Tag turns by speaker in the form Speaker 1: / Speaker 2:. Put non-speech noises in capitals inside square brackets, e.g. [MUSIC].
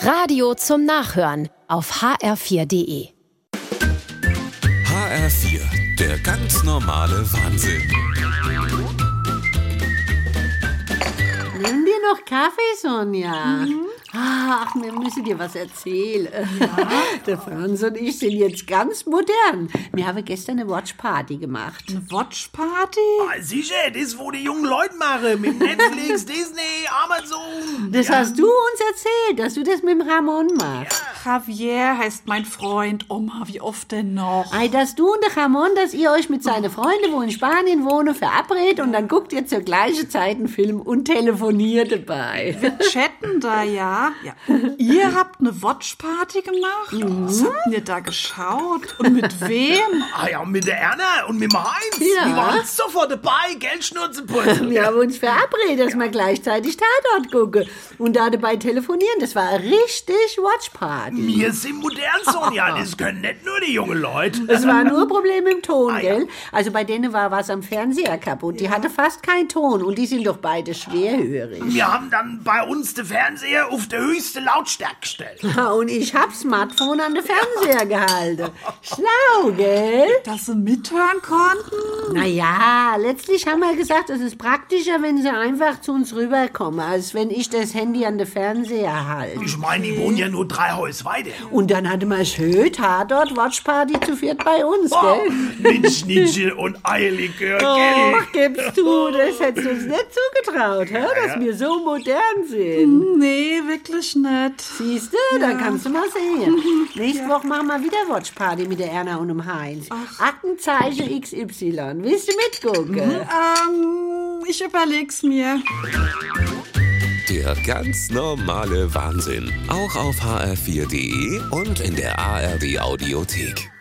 Speaker 1: Radio zum Nachhören auf hr4.de.
Speaker 2: HR4, der ganz normale Wahnsinn.
Speaker 3: Nimm dir noch Kaffee, Sonja.
Speaker 4: Mhm.
Speaker 3: Ah, Ach, wir müssen dir was erzählen. [LAUGHS] Der Franz und ich sind jetzt ganz modern. Wir haben gestern eine Watchparty gemacht. Oh,
Speaker 4: Eine Watchparty?
Speaker 5: Ah, Sicher, das wo die jungen Leute machen. Mit Netflix, Disney, Amazon.
Speaker 3: Das hast du uns erzählt, dass du das mit dem Ramon machst.
Speaker 4: Javier heißt mein Freund. Oma, wie oft denn noch?
Speaker 3: Ei, dass du und der Ramon, dass ihr euch mit seinen Freunden, wo in Spanien wohnen, verabredet und dann guckt ihr zur gleichen Zeit einen Film und telefoniert dabei.
Speaker 4: Chatten da ja. ja. Ihr habt eine Watchparty gemacht? Was habt ihr da geschaut? Und mit wem?
Speaker 5: Ah ja, mit der Erna und mit dem Heinz.
Speaker 3: Ja.
Speaker 5: Die waren sofort dabei,
Speaker 3: [LAUGHS]
Speaker 5: gell, Schnurzenputz.
Speaker 3: Wir haben uns verabredet, dass wir gleichzeitig Tatort gucken und da dabei telefonieren. Das war eine richtig Watchparty.
Speaker 5: Wir sind modern, Sonja. Das können nicht nur die jungen Leute. Also
Speaker 3: Es war nur ein Problem im Ton,
Speaker 5: ja.
Speaker 3: gell? Also bei denen war was am Fernseher kaputt. Die hatte fast keinen Ton und die sind doch beide schwerhörig. [LAUGHS]
Speaker 5: Wir haben dann bei uns den Fernseher auf der höchste Lautstärke gestellt.
Speaker 3: Ha, Und ich hab Smartphone an den [LAUGHS] Fernseher gehalten. Schlau, gell?
Speaker 4: Dass sie mithören konnten?
Speaker 3: Naja, letztlich haben wir gesagt, es ist praktischer, wenn sie einfach zu uns rüberkommen, als wenn ich das Handy an den Fernseher halte.
Speaker 5: Ich meine, die wohnen ja nur drei Häuser weiter.
Speaker 3: Und dann hatte man schön Tatort Watchparty zu viert bei uns,
Speaker 5: Oh,
Speaker 3: gell?
Speaker 5: mit Schnitzel und Eierlikör,
Speaker 3: Oh.
Speaker 5: gell?
Speaker 3: Ach, gibst du, das hättest du uns nicht zugetraut, hä? dass wir so modern sind.
Speaker 4: Nee, wirklich nicht.
Speaker 3: Siehst du, da kannst du mal sehen. Nächste Woche machen wir wieder Watchparty mit der Erna und dem Heinz. Aktenzeichen XY. Willst du mitgucken?
Speaker 4: Ähm, ich überleg's mir.
Speaker 2: Der ganz normale Wahnsinn. Auch auf hr4.de und in der ARD Audiothek.